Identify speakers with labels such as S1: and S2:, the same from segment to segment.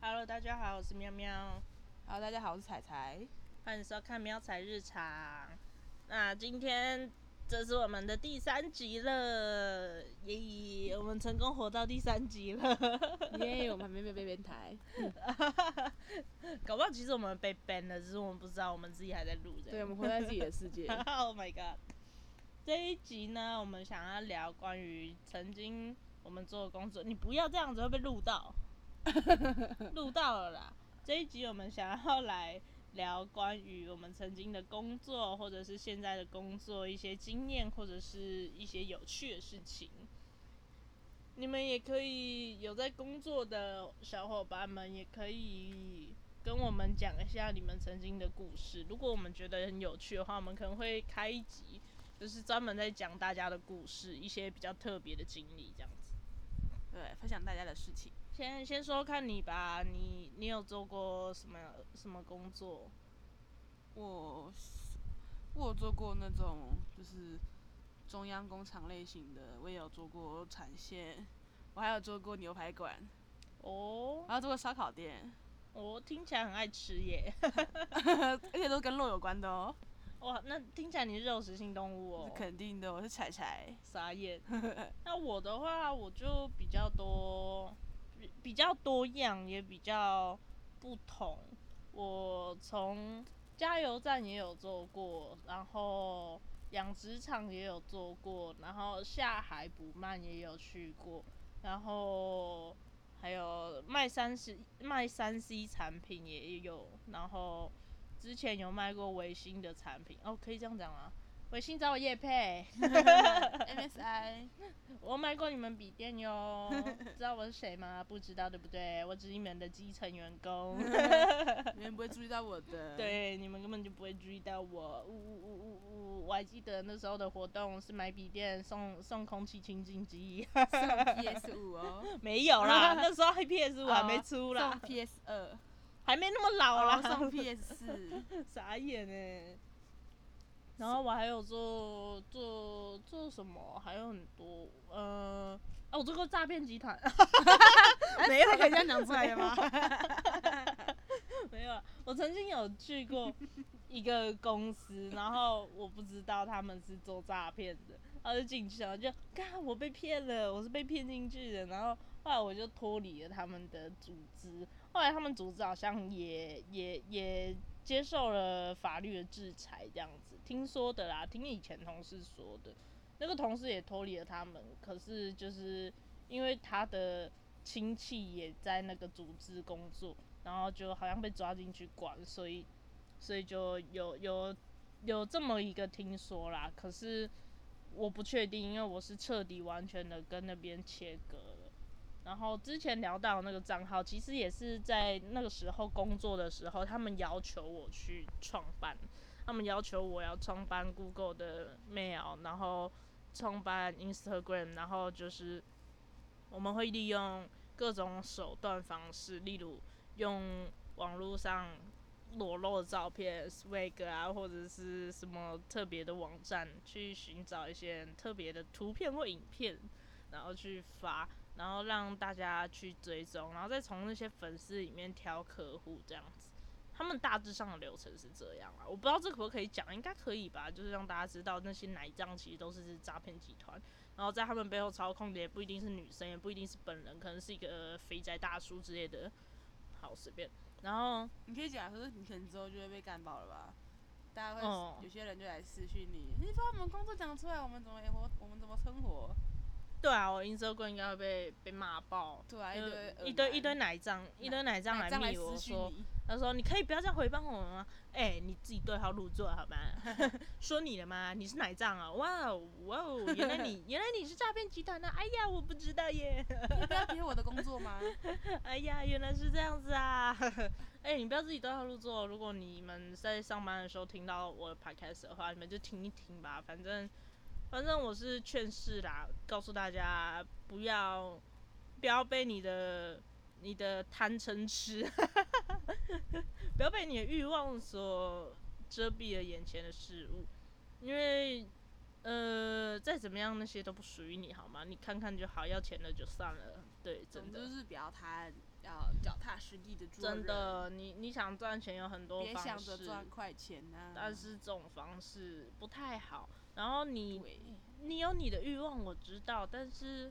S1: Hello，大家好，我是喵喵，
S2: Hello，大家好，我是彩彩。
S1: 欢迎收看《喵才日常》。那今天这是我们的第三集了，耶！我们成功活到第三集 了，
S2: 耶、我们还没被被编台。
S1: 搞不好其实我们被 ban 了，只是我们不知道，我们自己还在录着。
S2: 对，我们活在自己的世界。
S1: oh my god！这一集呢，我们想要聊关于曾经我们做的工作。你不要这样子，会被录到，录到了啦。这一集我们想要来聊关于我们曾经的工作，或者是现在的工作一些经验，或者是一些有趣的事情。你们也可以有在工作的小伙伴们，也可以跟我们讲一下你们曾经的故事。如果我们觉得很有趣的话，我们可能会开一集，就是专门在讲大家的故事，一些比较特别的经历这样子。
S2: 对，分享大家的事情。
S1: 先先说看你吧，你你有做过什么什么工作？
S2: 我我有做过那种就是中央工厂类型的，我也有做过产线，我还有做过牛排馆，
S1: 哦，
S2: 还有做过烧烤店，
S1: 我听起来很爱吃耶。
S2: 而且都跟肉有关的哦，
S1: 哇，那听起来你是肉食性动物
S2: 是
S1: 哦。
S2: 肯定的。我是彩彩，
S1: 傻眼。那我的话，我就比较多，比比较多样，也比较不同。我从加油站也有做过，然后养殖场也有做过，然后下海捕鳗也有去过，然后还有卖三十卖三 C 产品也有，然后之前有卖过维新的产品哦，可以这样讲吗？维新找我叶配。
S2: MSI
S1: 我买过你们笔电哟，知道我是谁吗？不知道对不对？我只是你们的基层员 工，
S2: 你们不会注意到我的。，
S1: 对，你们根本就不会注意到我。呜呜呜呜呜！我还记得那时候的活动是买笔电送送空气清净机，
S2: PS 五哦，
S1: 没有啦，那时候 PS 五还没
S2: 哦
S1: 出啦，
S2: 送 PS 二，
S1: 还没那么老啦，
S2: 然后送 PS 四。
S1: 傻眼哎、然后我还有做做做什么，还有很多，呃，啊，我做过诈骗集团，没有
S2: 这个这样讲出来的吗？
S1: 没有啊，我曾经有去过一个公司，然后我不知道他们是做诈骗的，然后就进去，然后就，看我被骗了，我是被骗进去的，然后后来我就脱离了他们的组织，后来他们组织好像也也也接受了法律的制裁，这样子，听说的啦，听以前同事说的，那个同事也脱离了他们，可是就是因为他的亲戚也在那个组织工作，然后就好像被抓进去关，所以所以就有有有这么一个听说啦，可是我不确定，因为我是彻底完全的跟那边切割了。然后之前聊到那个账号，其实也是在那个时候工作的时候，他们要求我去创办，他们要求我要创办 Google 的 Mail，然后创办 Instagram，然后就是我们会利用各种手段方式，例如用网络上裸露的照片、swag 啊，或者是什么特别的网站，去寻找一些特别的图片或影片，然后去发，然后让大家去追踪，然后再从那些粉丝里面挑客户这样子。他们大致上的流程是这样啦，啊我不知道这可不可以讲，应该可以吧？就是让大家知道那些奶账其实都是诈骗集团，然后在他们背后操控的也不一定是女生，也不一定是本人，可能是一个肥宅大叔之类的。好，随便。然后
S2: 你可以讲说，你可能之后就会被干爆了吧？大家会、
S1: 哦
S2: 有些人就来私讯你，你把我们工作讲出来，我们怎么也活，我们怎么生活？
S1: 对啊，我 Instagram 应该会被被骂爆。
S2: 对啊，一
S1: 就
S2: 堆
S1: 呃一堆一堆奶账，一堆奶账
S2: 这样来
S1: 密
S2: 私
S1: 我
S2: 讯
S1: 说，
S2: 你，
S1: 他说你可以不要这样回帮我们吗？哎、你自己对号入座好吗？ 说你了吗？你是奶账啊？哇哦哇哦，原来 你原来你是诈骗集团的、哎呀，我不知道耶。
S2: 你不要给我的工作吗？
S1: 哎呀，原来是这样子啊！ 哎、你不要自己对号入座。如果你们在上班的时候听到我的 podcast 的话，你们就听一听吧。反正，反正我是劝世啦，告诉大家不要不要被你的你的贪嗔痴， 不要被你的欲望所遮蔽了眼前的事物，因为。呃，再怎么样那些都不属于你，好吗？你看看就好，要钱的就算了。对，
S2: 总
S1: 真的
S2: 之是不要贪，要脚踏实地的做
S1: 真
S2: 人，
S1: 的，你你想赚钱有很多
S2: 别想
S1: 方
S2: 着
S1: 式，
S2: 赚快钱呐、
S1: 但是这种方式不太好。然后你
S2: 对，
S1: 你有你的欲望，我知道，但是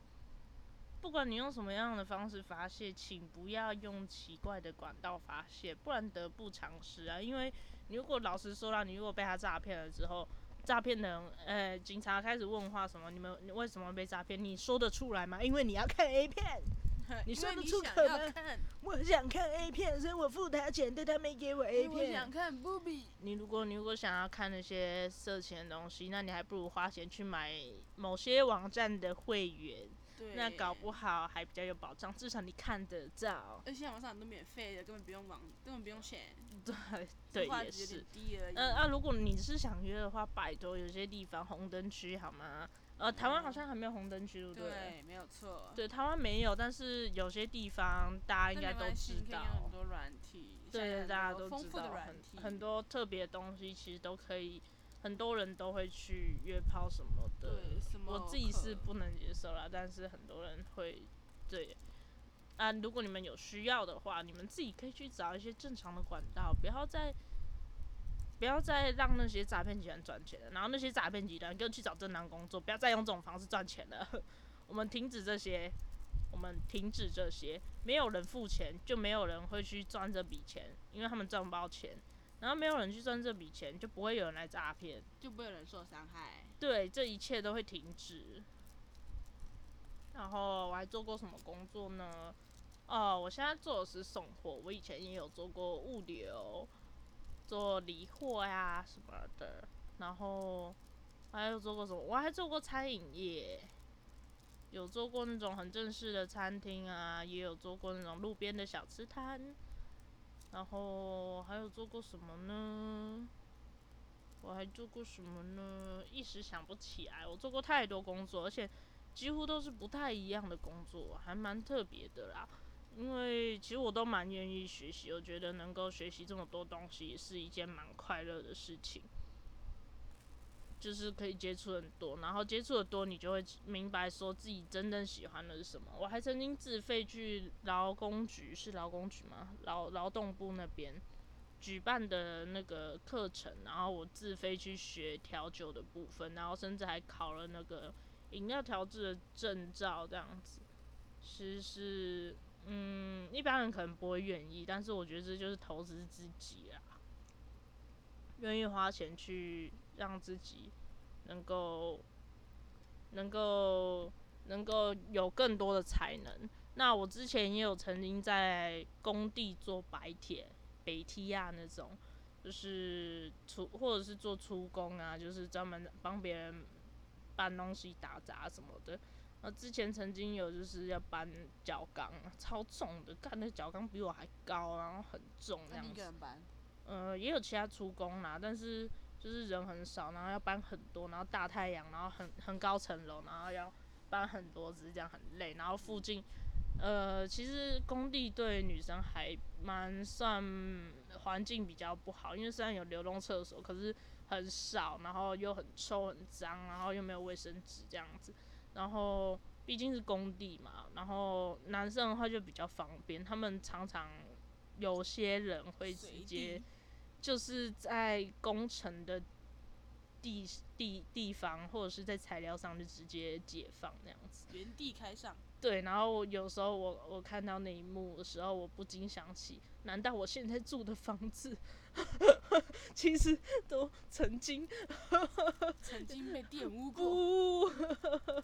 S1: 不管你用什么样的方式发泄，请不要用奇怪的管道发泄，不然得不偿失啊！因为你如果老实说了，你如果被他诈骗了之后，诈骗的人，呃，警察开始问话什么，你们你为什么被诈骗？你说得出来吗？因为你要看 A 片， 你
S2: 因
S1: 说
S2: 为
S1: 得
S2: 你
S1: 出
S2: 想
S1: 口
S2: 要
S1: 吗
S2: 看，
S1: 我想看 A 片，所以我付他钱，但他没给我
S2: 因
S1: A
S2: 为我想
S1: 片。
S2: 看 booby，
S1: 你如果你如果想要看那些色情的东西，那你还不如花钱去买某些网站的会员。
S2: 对，
S1: 那搞不好还比较有保障，至少你看得到。
S2: 而且网上很多免费的，根本不用网，根本不用钱，
S1: 对对，
S2: 花
S1: 也
S2: 值有
S1: 是
S2: 点。低而已。
S1: 嗯、啊，如果你是想约的话，拜托有些地方红灯区好吗？呃，台湾好像还没有红灯区，对不对？
S2: 嗯对，没有错。
S1: 对台湾没有，但是有些地方大家
S2: 那
S1: 应该
S2: 没
S1: 都
S2: 关系
S1: 知
S2: 你可以用
S1: 道
S2: 很。多软体，现在
S1: 对，
S2: 很
S1: 大家
S2: 多
S1: 都
S2: 丰
S1: 知
S2: 富的
S1: 道，
S2: 软体
S1: 很很多特别的东西其实都可以，很多人都会去约炮什么的。
S2: 对什么
S1: 我自己是
S2: 可
S1: 不能接受啦，但是很多人会对啊。如果你们有需要的话，你们自己可以去找一些正常的管道，不要再不要再让那些诈骗集团赚钱了。然后那些诈骗集团就去找正当工作，不要再用这种方式赚钱了。 我们停止这些，我们停止这些。没有人付钱，就没有人会去赚这笔钱，因为他们赚不到钱。然后没有人去赚这笔钱，就不会有人来诈骗。
S2: 就不会有人受伤害。
S1: 对，这一切都会停止。然后我还做过什么工作呢？哦，我现在做的是送货，我以前也有做过物流，做理货呀、什么的。然后我还有做过什么？我还做过餐饮业，有做过那种很正式的餐厅啊，也有做过那种路边的小吃摊。然后还有做过什么呢？我还做过什么呢？一时想不起来。我做过太多工作，而且几乎都是不太一样的工作，还蛮特别的啦。因为其实我都蛮愿意学习，我觉得能够学习这么多东西是一件蛮快乐的事情，就是可以接触很多，然后接触的多，你就会明白说自己真正喜欢的是什么。我还曾经自费去劳工局，是劳工局吗？劳劳动部那边举办的那个课程，然后我自费去学调酒的部分，然后甚至还考了那个饮料调制的证照，这样子。其实是，嗯，一般人可能不会愿意，但是我觉得这就是投资自己啊啦，愿意花钱去让自己能够，能够，能够有更多的才能。那我之前也有曾经在工地做白铁，北梯啊那种，就是出或者是做出工啊，就是专门帮别人搬东西、打杂什么的。那之前曾经有就是要搬角钢，超重的，干那角钢比我还高，然后很重那
S2: 那
S1: 样
S2: 你一
S1: 子
S2: 个。人搬，
S1: 呃，也有其他出工啦，但是就是人很少，然后要搬很多，然后大太阳，然后很很高层楼，然后要搬很多只，这样很累。然后附近，呃，其实工地对女生还蛮算环境比较不好，因为虽然有流动厕所，可是很少，然后又很臭很脏，然后又没有卫生纸这样子，然后。毕竟是工地嘛，然后男生的话就比较方便，他们常常有些人会直
S2: 随
S1: 接
S2: 地
S1: 就是在工程的地地地方，或者是在材料上就直接解放那样子。
S2: 原地开上，
S1: 对，然后有时候我我看到那一幕的时候，我不禁想起，难道我现在住的房子， 其实都曾 经
S2: 曾经被玷 污过。
S1: 不？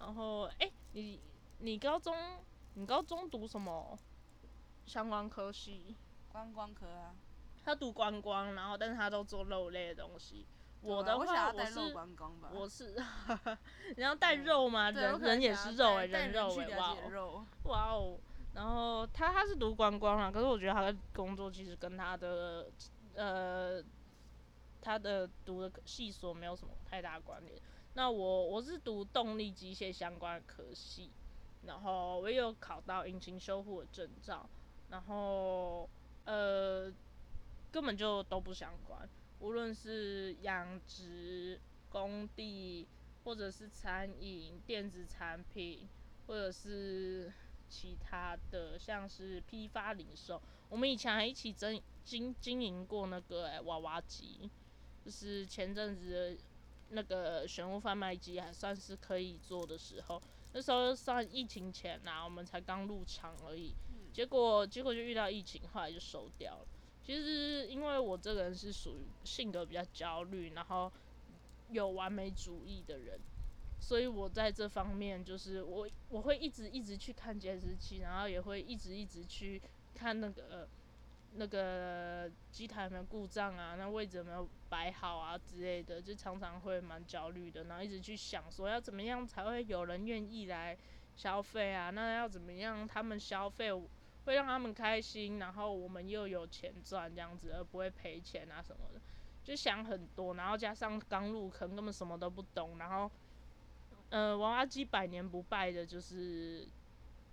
S1: 然后，哎、你你高中你高中读什么相关科系？
S2: 观光客啊，
S1: 他读观光，然后但是他都做肉类的东西。我
S2: 对吧啊
S1: 的
S2: 我想
S1: 话，
S2: 要
S1: 我
S2: 带肉
S1: 是
S2: 观光吧，
S1: 我是， 你要带肉吗？
S2: 对我
S1: 人
S2: 可能
S1: 人也
S2: 想要
S1: 是肉
S2: 带
S1: 哎、
S2: 带
S1: 人肉
S2: 去
S1: 哎、哇
S2: 了解
S1: 哦
S2: 肉，
S1: 哇哦！然后他他是读观光啦，可是我觉得他的工作其实跟他的呃他的读的系所没有什么太大关联。那我我是读动力机械相关的科系，然后我也有考到引擎修护的证照，然后呃根本就都不相关，无论是养殖、工地，或者是餐饮、电子产品，或者是其他的像是批发零售，我们以前还一起经经经营过那个、欸娃娃机，就是前阵子那个玄物贩卖机还算是可以做的时候，那时候算疫情前呐、我们才刚入场而已，结果结果就遇到疫情，后来就收掉了。其实因为我这个人是属于性格比较焦虑，然后有完美主义的人，所以我在这方面就是我我会一直一直去看监视器，然后也会一直一直去看那个、呃那个机台有没有故障啊，那位置有没有摆好啊之类的，就常常会蛮焦虑的，然后一直去想说要怎么样才会有人愿意来消费啊，那要怎么样他们消费会让他们开心，然后我们又有钱赚这样子，而不会赔钱啊什么的，就想很多，然后加上刚入坑根本什么都不懂，然后，呃，娃娃机百年不败的就是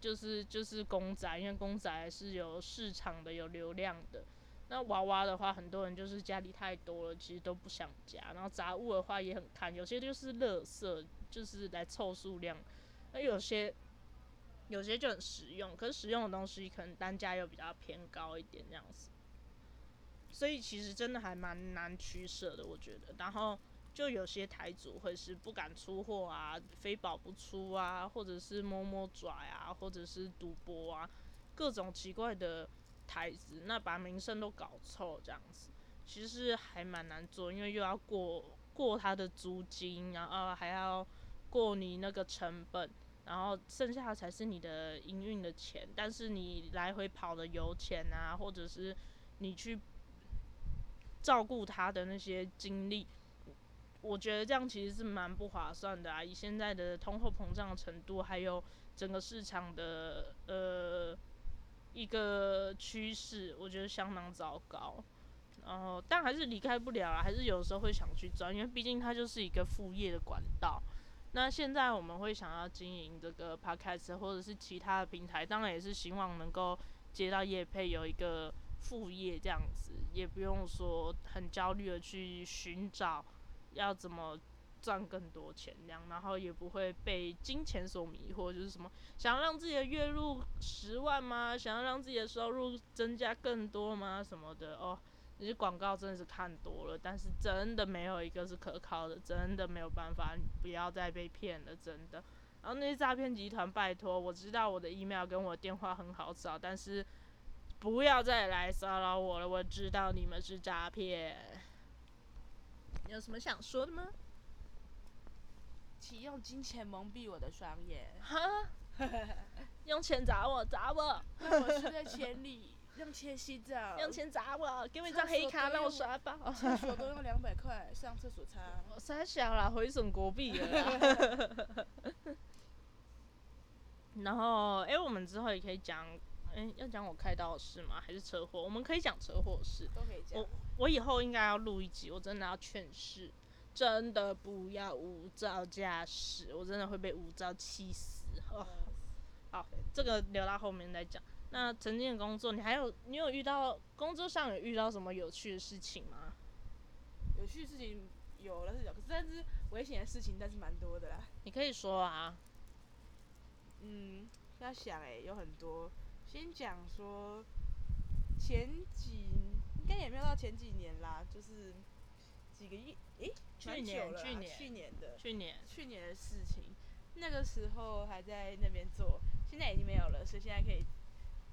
S1: 就是就是公仔，因为公仔是有市场的，有流量的。那娃娃的话，很多人就是家里太多了，其实都不想夹。然后杂物的话也很看，有些就是垃圾，就是来凑数量。那有些有些就很实用，可是实用的东西可能单价又比较偏高一点这样子，所以其实真的还蛮难取舍的，我觉得。然后就有些台主会是不敢出货啊，非宝不出啊，或者是摸摸爪啊，或者是赌博啊，各种奇怪的台子，那把名声都搞臭这样子，其实还蛮难做，因为又要过过他的租金，然后啊还要过你那个成本。然后剩下的才是你的营运的钱，但是你来回跑的油钱啊，或者是你去照顾他的那些精力，我觉得这样其实是蛮不划算的啊。以现在的通货膨胀程度，还有整个市场的呃一个趋势，我觉得相当糟糕。然后，但还是离开不了啊，还是有时候会想去赚，因为毕竟它就是一个副业的管道。那现在我们会想要经营这个 podcast 或者是其他的平台，当然也是希望能够接到业配有一个副业这样子，也不用说很焦虑的去寻找要怎么赚更多钱这样，然后也不会被金钱所迷惑，就是什么想要让自己的月入十万吗？想要让自己的收入增加更多吗？什么的哦。其实广告真的是看多了，但是真的没有一个是可靠的，真的没有办法，你不要再被骗了，真的。然后那些诈骗集团，拜托，我知道我的 email 跟我电话很好找，但是不要再来骚扰我了，我知道你们是诈骗。你有什么想说的吗？
S2: 请用金钱蒙蔽我的双眼，
S1: 哈，用钱砸我，砸我，
S2: 让我输在钱里，让钱洗澡，
S1: 用钱砸我，给我一张黑卡让我刷爆。
S2: 厕所都用两百块，上厕所擦。
S1: 我哦傻小啦，毁损国币了啦。 然后，哎、我们之后也可以讲，哎、要讲我开刀的事吗？还是车祸？我们可以讲车祸的事。
S2: 都可以讲。
S1: 我以后应该要录一集，我真的要劝世，真的不要无照驾驶，我真的会被无照气死。哦，好，这个留到后面再讲。那曾经的工作，你还有你有遇到工作上有遇到什么有趣的事情吗？
S2: 有趣的事情有了是有，可是但是危险的事情但是蛮多的啦。
S1: 你可以说啊，
S2: 嗯，要想哎、有很多。先讲说前几，应该也没有到前几年啦，就是几个月，诶、
S1: 去
S2: 蛮久
S1: 年
S2: 了啦
S1: 去年
S2: 去年的
S1: 去年
S2: 去年的事情，那个时候还在那边做，现在已经没有了，所以现在可以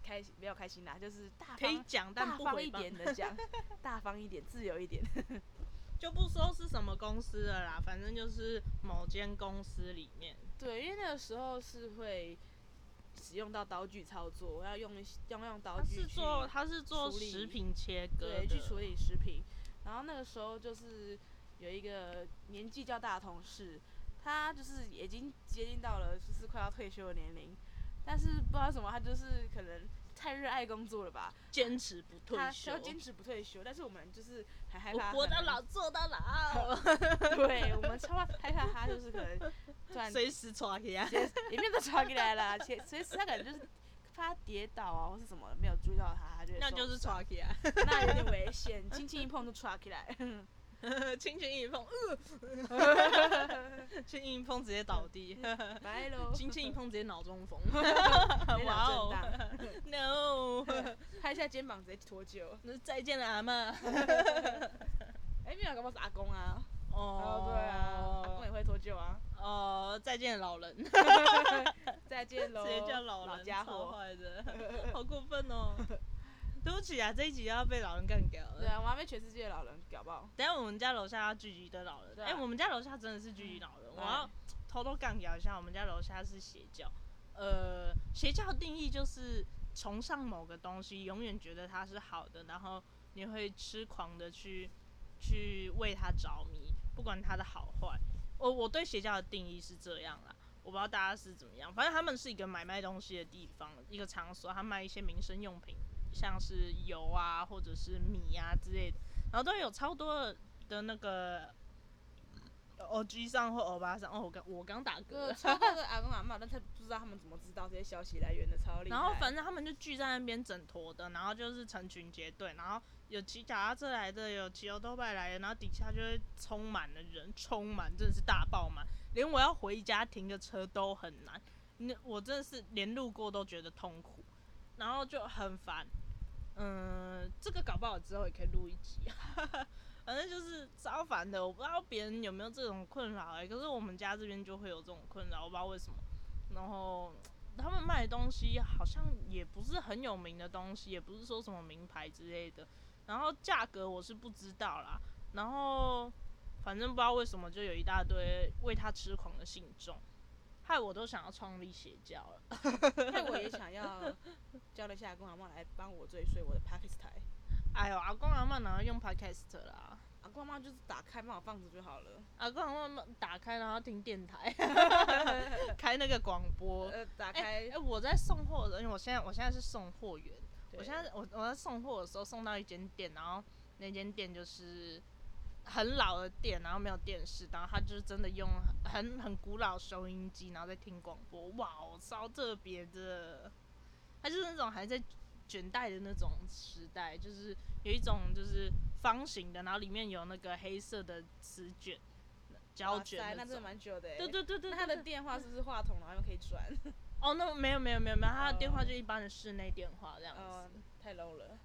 S2: 开心，没有开心啦，就是大
S1: 可以
S2: 方
S1: 讲，但
S2: 大
S1: 不
S2: 方
S1: 回
S2: 一
S1: 报
S2: 点 的讲，大方一点，自由一点。
S1: 就不说是什么公司了啦，反正就是某间公司里面。
S2: 对，因为那个时候是会使用到刀具操作，我要用一些要用刀
S1: 他
S2: 具
S1: 是
S2: 去
S1: 做他是做
S2: 处理
S1: 食品切割的，
S2: 对去处理食品。然后那个时候就是有一个年纪较大的同事，他就是已经接近到了就是快要退休的年龄，但是不知道为什么他就是可能太热爱工作了吧，
S1: 坚持不退
S2: 他
S1: 休
S2: 要，坚持不退休，但是我们就是很害
S1: 我
S2: 怕他
S1: 活
S2: 可
S1: 到
S2: 能
S1: 老， 做到 老，
S2: 对我们超害怕他就是可 能赚
S1: 随时啊抓起来。
S2: 也没有都 传给来了，啊且所以他可能就是怕他跌倒啊，或是什么 没有注意到他，他就会
S1: 那就
S2: 受
S1: 是啊
S2: 伤
S1: 抓起来，
S2: 那有点危险，轻轻一碰就抓起来。
S1: 轻轻一碰，呃 轻轻一碰直接倒地，
S2: 拜 喽，
S1: 轻轻一碰直接脑中风。
S2: 头
S1: 哇
S2: 脑
S1: 哦
S2: 震荡，
S1: No，
S2: 拍一下肩膀直接脱臼。
S1: 那再见了阿妈。
S2: 哎，没有，搞不好是阿公啊。
S1: 哦
S2: 哦，，对啊，阿公也会脱臼啊。
S1: 哦，再见老人，直
S2: 再见喽，
S1: 接叫老人，
S2: 哦家
S1: 超
S2: 伙。
S1: 坏的， 好过分哦。 对不起啊，这一集要被老人干掉
S2: 对
S1: 了。
S2: 啊，我还被全世界的老人搞 爆。
S1: 等一下我们家楼下要聚集一堆老人，
S2: 对
S1: 哎、
S2: 啊
S1: 我们家楼下真的是聚集老人，我
S2: 来
S1: 要偷偷干掉一下，我们家楼下是邪教。呃，邪教的定义就是崇尚某个东西，永远觉得它是好的，然后你会痴狂的去去为它着迷，不管它的好坏。我我对邪教的定义是这样啦，我不知道大家是怎么样，反正他们是一个买卖东西的地方，一个场所，他卖一些民生用品，像是油啊或者是米啊之类的，然后都有超多的那个。O G 上或欧巴上，哦，我刚我刚打嗝 了，
S2: 哥呃超多的阿公阿妈，但他不知道他们怎么知道这些消息来源的，超厉害。
S1: 然后反正他们就聚在那边整坨的，然后就是成群结队，然后有骑脚踏车来的，有骑欧都拜来的，然后底下就会充满了人，充满真的是大爆满，连我要回家停个车都很难，那我真的是连路过都觉得痛苦，然后就很烦。嗯，这个搞不好之后也可以录一集， 反正就是超烦的。我不知道别人有没有这种困扰哎、可是我们家这边就会有这种困扰，我不知道为什么。然后他们卖的东西好像也不是很有名的东西，也不是说什么名牌之类的。然后价格我是不知道啦，然后反正不知道为什么就有一大堆为他痴狂的信众，害我都想要创立邪教了。
S2: 那我也想要叫了一下阿公阿妈来帮我追随我的 Pakistan 台。
S1: 哎呦，阿公阿妈哪会用 Podcast 啦？
S2: 阿公阿啊妈就是打开帮我放着就 好了。
S1: 阿公阿妈打开然后听电台， 开那个广播。
S2: 呃，打
S1: 哎、
S2: 开，
S1: 哎我在送货的，因为我现在我现在是送货员。
S2: 对
S1: 我现在我我在送货的时候送到一间店，然后那间店就是很老的店，然后没有电视，然后他就是真的用很很古老收音机，然后在听广播，哇，哦，超特别的。他就是那种还在卷带的那种时代，就是有一种就是方形的，然后里面有那个黑色的纸卷胶
S2: 哇
S1: 卷
S2: 塞，那
S1: 那
S2: 真的
S1: 种。
S2: 蛮久的欸。
S1: 对对对对，
S2: 那他的
S1: 对
S2: 电话是不是话筒，然后又可 以转？
S1: 哦，那没有没有没有没有，他的电话
S2: 哦
S1: 就一般的室内电话这样子。
S2: 嗯，太 low 了。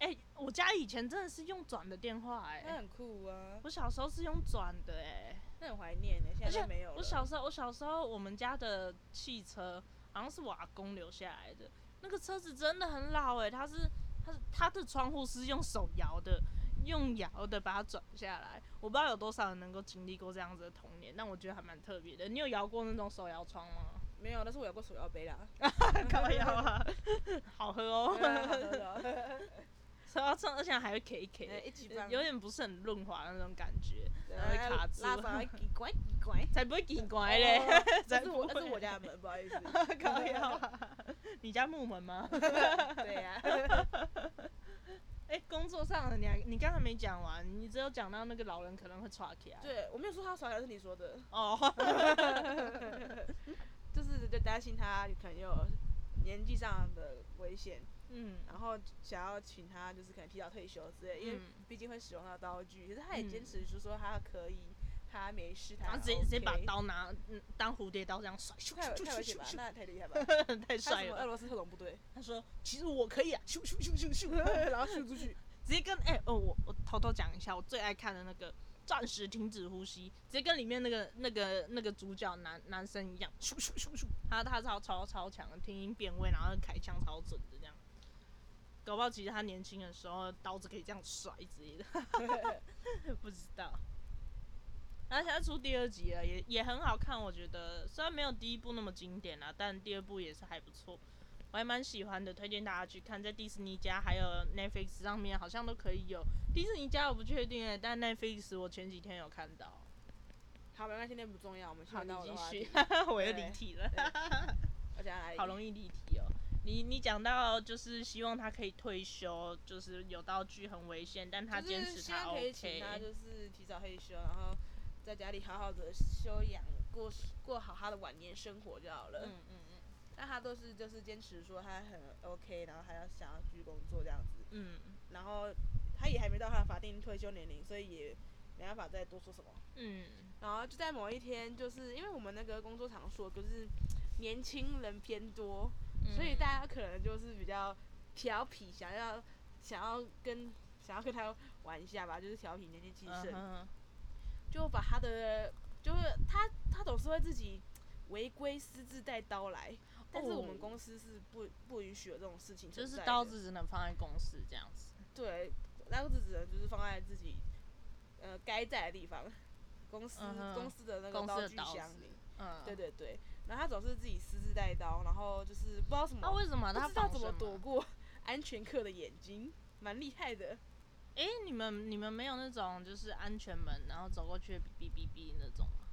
S1: 哎、我家以前真的是用转的电话哎、
S2: 那很酷啊，
S1: 我小时候是用转的哎、
S2: 那很怀念呢，现
S1: 而
S2: 在
S1: 且
S2: 都没有了。
S1: 我小时候，我小时候我们家的汽车好像是我阿公留下来的，那个车子真的很老哎、它是它是它的窗户是用手摇的，用摇的把它转下来。我不知道有多少人能够经历过这样子的童年，但我觉得还蛮特别的。你有摇过那种手摇窗吗？
S2: 没有，但是我有过手摇杯啦。
S1: 靠摇啊， 好喝
S2: 对啊
S1: 哦，
S2: 好喝的哦
S1: 手摇窗而且还会 K K，、
S2: 哎一起放
S1: 有点不是很润滑的那种感觉。
S2: 对
S1: 然
S2: 啊
S1: 后会卡住
S2: 拉上来，叽拐叽拐。
S1: 才不会奇怪嘞，
S2: 哦这
S1: 才
S2: 是
S1: 不
S2: 我，
S1: 会
S2: 这是我家的门，不好意思。
S1: 靠腰 啊！你家木门吗？
S2: 对啊呀，
S1: 哎、工作上的你还你刚才没讲完，你只有讲到那个老人可能会岔起来。
S2: 对我没有说他耍小，是你说的。
S1: 哦，
S2: 就是就担心他可能有年纪上的危险，
S1: 嗯，
S2: 然后想要请他就是可能提早退休之类，因为
S1: 嗯
S2: 毕竟会使用到刀具。可是他也
S1: 嗯
S2: 坚持就说他可以，他没事，
S1: 然
S2: 他
S1: 后
S2: OK,
S1: 直接直接把刀拿嗯当蝴蝶刀这样甩，咻咻
S2: 太有
S1: 咻
S2: 太危
S1: 咻
S2: 险吧，
S1: 咻
S2: 那太厉害 吧。
S1: 咻，太帅
S2: 他是什么俄
S1: 了。
S2: 罗斯特种 部队，
S1: 他说：“其实我可以啊，咻咻咻咻咻。”
S2: 然后咻 出去，
S1: 直接跟哎、哦，我我偷偷讲一下，我最爱看的那个《暂时停止呼吸》，直接跟里面那个那个那个主角男男生一样，咻咻咻咻，他他超超超强的，听音辨位，然后开枪超准的这样。搞不好其实他年轻的时候刀子可以这样甩之类的，不知道。然后现在出第二集了，也也很好看，我觉得虽然没有第一部那么经典啦，但第二部也是还不错。我还蛮喜欢的，推荐大家去看，在迪士尼家还有 Netflix 上面好像都可以有。迪士尼家我不确定哎、但 Netflix 我前几天有看到。
S2: 好，没关系，那不重要，我们
S1: 好，
S2: 先
S1: 你
S2: 到我的话
S1: 继
S2: 题
S1: 续，， 我又离
S2: 对
S1: 题了，
S2: 我讲哪里？
S1: 好容易离题哦。你你讲到就是希望他可以退休，就是有道具很危险，但他坚
S2: 就是
S1: 持
S2: 希望
S1: 他
S2: 可以请
S1: OK。
S2: 他就是提早退休，然后在家里好好的休养，过过好他的晚年生活就好了。
S1: 嗯嗯嗯
S2: 但他都是就是坚持说他很 OK，然后还要想要继续工作这样子，
S1: 嗯，
S2: 然后他也还没到他的法定退休年龄，所以也没办法再多说什么。
S1: 嗯，
S2: 然后就在某一天，就是因为我们那个工作场所就是年轻人偏多，
S1: 嗯
S2: 所以大家可能就是比较调皮，想要想要跟想要跟他玩一下吧，就是调皮年纪气
S1: 嗯
S2: 盛，
S1: 哼
S2: 就把他的就是他他总是会自己违规私自带刀来，但是我们
S1: 哦
S2: 公司是不不允许有这种事情
S1: 就
S2: 存在
S1: 是
S2: 的
S1: 刀子只能放在公司这样子。
S2: 对，刀子只能就是放在自己呃该在的地方，公司、
S1: 嗯哼
S2: 公司的那个
S1: 公司
S2: 刀
S1: 的
S2: 具
S1: 刀
S2: 箱
S1: 子
S2: 里。
S1: 嗯，
S2: 对对对，然后他总是自己私自带刀，然后就是不知道什么，
S1: 嗯那、为什么他
S2: 不知道
S1: 防
S2: 怎么
S1: 什
S2: 躲？过 安全课的眼睛，蛮厉害的。
S1: 哎、你们你们没有那种就是安全门，然后走过去哔哔哔那种吗？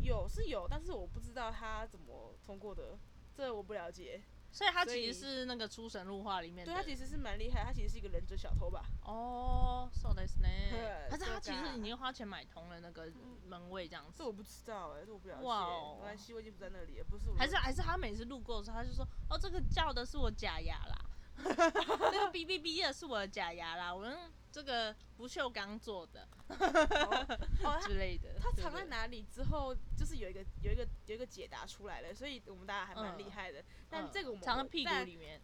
S2: 有是有，但是我不知道他怎么通过的，这我不了解。
S1: 所以他
S2: 所以
S1: 其实是那个《出神入化》里面的。
S2: 对他其实是蛮厉害，他其实是一个忍者小偷吧？
S1: 哦、s o this 呢？
S2: 对
S1: 可是他其
S2: 这个
S1: 实已经花钱买通了那个门卫这样
S2: 这
S1: 子。
S2: 我不知道哎、这我不了解。
S1: 哇哦
S2: 没关系，我已经不在那里了，不是我的。
S1: 还是还是他每次路过的时候，他就说：“哦，这个叫的是我假牙啦， 那个哔哔哔的是我的假牙啦，我用这个不锈钢做的
S2: 哦，他
S1: 之类的。”
S2: 他
S1: 对
S2: 藏
S1: 不
S2: 在
S1: 对？
S2: 哪里之后，就是有一个有一个有一个解答出来了，所以我们大家还蛮厉
S1: 嗯
S2: 害的。但
S1: 嗯
S2: 这个我们
S1: 藏在
S2: 我
S1: 屁股
S2: 但
S1: 里面。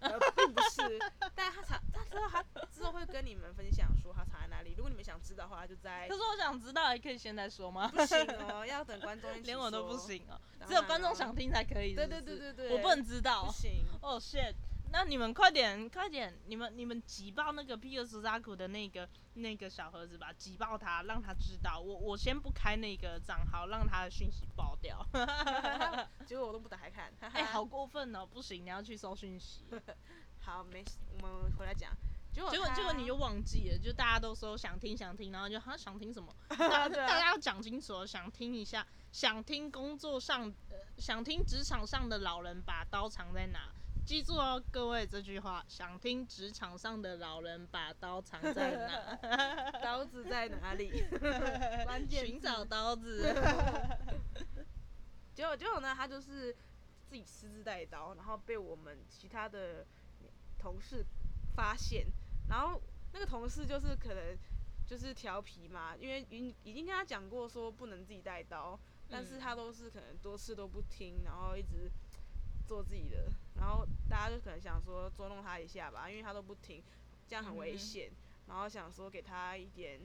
S2: 呃， 并不是，但他藏，他知道他之后会跟你们分享说他藏在哪里。如果你们想知道的话，就 在
S1: 可是我想知道，可以现在说吗？
S2: 不行哦，要等观众一起
S1: 连我都不
S2: 说。
S1: 行哦、
S2: 当
S1: 只有
S2: 然
S1: 观众
S2: 咯
S1: 想听才可以
S2: 对
S1: 是不
S2: 对对
S1: 是
S2: 对对，
S1: 我不能知道
S2: 不。行，
S1: 哦、shit！那你们快点快点，你们你们挤爆那个 P U 斯扎库的那个那个小盒子吧，挤爆它，让他知道。我我先不开那个账号，让他的讯息爆掉。
S2: 结果我都不打开看。哈哈
S1: 哎、好过分哦！不行，你要去搜讯息。
S2: 好，没事，我们回来讲。结果
S1: 结果结果
S2: 他
S1: 你就忘记了，就大家都说想听想听，然后就哈想听什么？大
S2: 啊对啊
S1: 大家要讲清楚哦，想听一下，想听工作上，呃、想听职场上的老人把刀藏在哪？记住哦，各位这句话，想听职场上的老人把刀藏在 哪？
S2: 刀子在哪里？ 关键
S1: 寻
S2: 字
S1: 找刀 子。
S2: 结果结果呢，他就是自己私自带刀，然后被我们其他的同事发现，然后那个同事就是可能就是调皮嘛，因为已经已经跟他讲过说不能自己带刀，但
S1: 嗯
S2: 是他都是可能多次都不听，然后一直做自己的，然后大家就可能想说捉弄他一下吧，因为他都不听，这样很
S1: 嗯
S2: 危
S1: 哼
S2: 险，然后想说给他一点，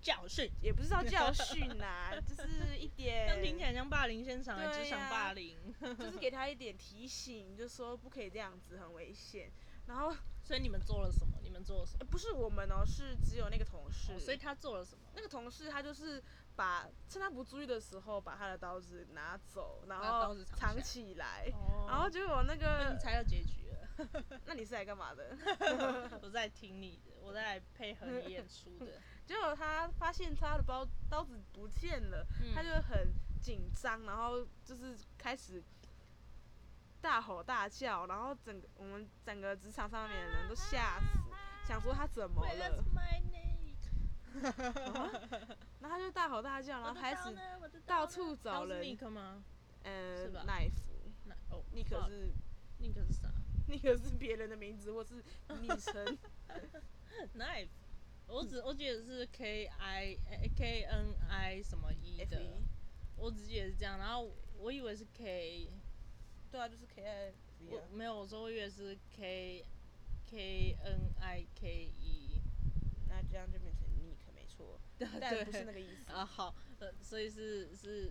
S1: 教 训，
S2: 也不是叫教训 啦、就是一
S1: 这
S2: 点，
S1: 样听起来像霸凌现场，
S2: 对
S1: 职场
S2: 呀
S1: 霸凌。
S2: 就是给他一点提醒，就说不可以这样子，很危险。然后、呃
S1: 所以你们做了什么？你们做了什么？
S2: 不是我们哦，是只有那个同事，
S1: 哦所以他做了什么？
S2: 那个同事他就是把趁他不注意的时候把他的刀子拿走，然
S1: 把刀
S2: 后
S1: 子藏
S2: 藏
S1: 起来
S2: 起来。
S1: 哦
S2: 然后结果那
S1: 你
S2: 个，
S1: 猜到结局了。
S2: 那你是来干嘛的？
S1: 我在听你的，我在配合你演出的。
S2: 结果他发现他的包刀子不见了，
S1: 嗯
S2: 他就很紧张，然后就是开始大吼大叫，然后整个我们整个职场上面的人都吓死，想说他怎么了
S1: Where's，my name？
S2: 然后他就大吼大叫，然后开
S1: 我
S2: 始
S1: 的刀呢我的刀
S2: 到
S1: 呢
S2: 处找
S1: 刀是
S2: 人，
S1: Nick 吗？
S2: 嗯
S1: 是吧
S2: ，knife，
S1: 那哦，
S2: 你可
S1: 不好
S2: 是
S1: Nick 是啥
S2: 你可是别人的名字或是昵称，
S1: ？Knife。我只我记得是 K I K N I 什么一
S2: F E
S1: 的，
S2: 一
S1: 我只记得是这样，然后我以为是 K，
S2: 对啊，就是 K I，啊
S1: 我没有，我说我以为是 K K N I K E 一
S2: 那这样就变成 Nick 没错，但不是那个意思
S1: 啊，好，呃，所以是是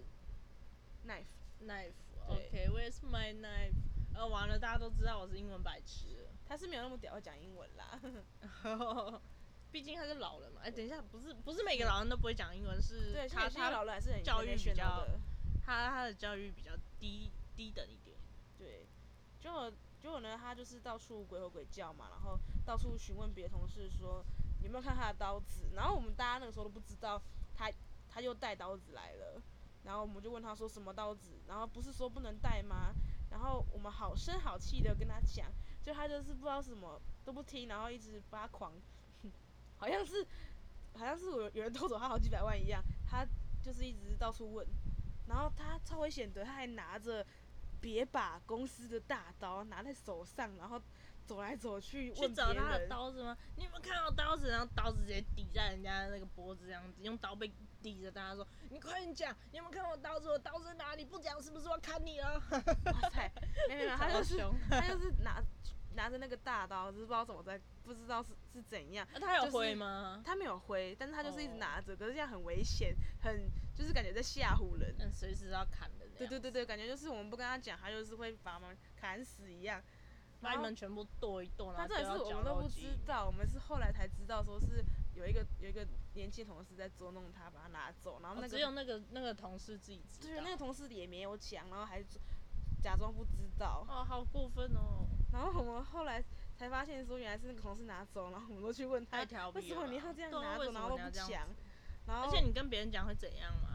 S2: ，knife。
S1: knife。
S2: 对
S1: OK，where's、my knife？呃，完了，大家都知道我是英文白痴
S2: 他是没有那么屌要讲英文啦，
S1: 了。 毕竟他是老人嘛。哎、等一下，不是不是每个老人都不会讲英文，是
S2: 对，
S1: 他
S2: 他他
S1: 他
S2: 老了还是很
S1: 教育比
S2: international
S1: 较
S2: 的，
S1: 他他的教育比较低低等一点。
S2: 对，结果结果呢，他就是到处鬼吼鬼叫嘛，然后到处询问别的同事说有没有看他的刀子，然后我们大家那个时候都不知道他他又带刀子来了，然后我们就问他说什么刀子，然后不是说不能带吗？然后我们好声好气的跟他讲，就他就是不知道什么都不听，然后一直发狂， 好像是好像是有有人偷走他好几百万一样，他就是一直到处问，然后他超危险的，他还拿着别把公司的大刀拿在手上，然后走来走去
S1: 去
S2: 问别
S1: 找他的
S2: 人，
S1: 刀子吗？你有没有看到刀子？然后刀子直接抵在人家的那个脖子，这样子用刀背抵着大家说：“你快点讲，你有没有看到我刀子？我刀子在哪里？不讲是不是我要砍你 啊
S2: 哇塞，没 有没有，？”他
S1: 超
S2: 就是
S1: 凶，
S2: 他就是拿拿着那个大刀，只是不知道怎么在，不知道是是怎样。
S1: 那他有
S2: 就是
S1: 会吗？
S2: 他没有挥，但是他就是一直
S1: 哦
S2: 拿着，可是这样很危险，很就是感觉在吓唬人。
S1: 嗯，随时要砍的那样。
S2: 对对对对，感觉就是我们不跟他讲，他就是会把我们砍死一样。
S1: 把你们全部剁一剁，然后
S2: 他这也
S1: 丢到
S2: 是我
S1: 绞
S2: 们都
S1: 肉
S2: 不
S1: 机
S2: 知。道，我们是后来才知道，说是有一个有一个年轻同事在捉弄他，把他拿走，然后
S1: 哦
S2: 那
S1: 只
S2: 个、
S1: 有那个那个同事自己知
S2: 对
S1: 道。
S2: 那个同事也没有讲，然后还假装不知道，
S1: 哦，好过分哦！
S2: 然后我们后来才发现说原来是那个同事拿走，然后我们都去问他
S1: 太调皮了
S2: 为什么你要
S1: 吧
S2: 这样
S1: 对啊
S2: 拿
S1: 为
S2: 走，
S1: 什
S2: 然
S1: 么
S2: 后都
S1: 你要
S2: 不
S1: 这样
S2: 讲
S1: 子，
S2: 然后
S1: 而且你跟别人讲会怎样吗？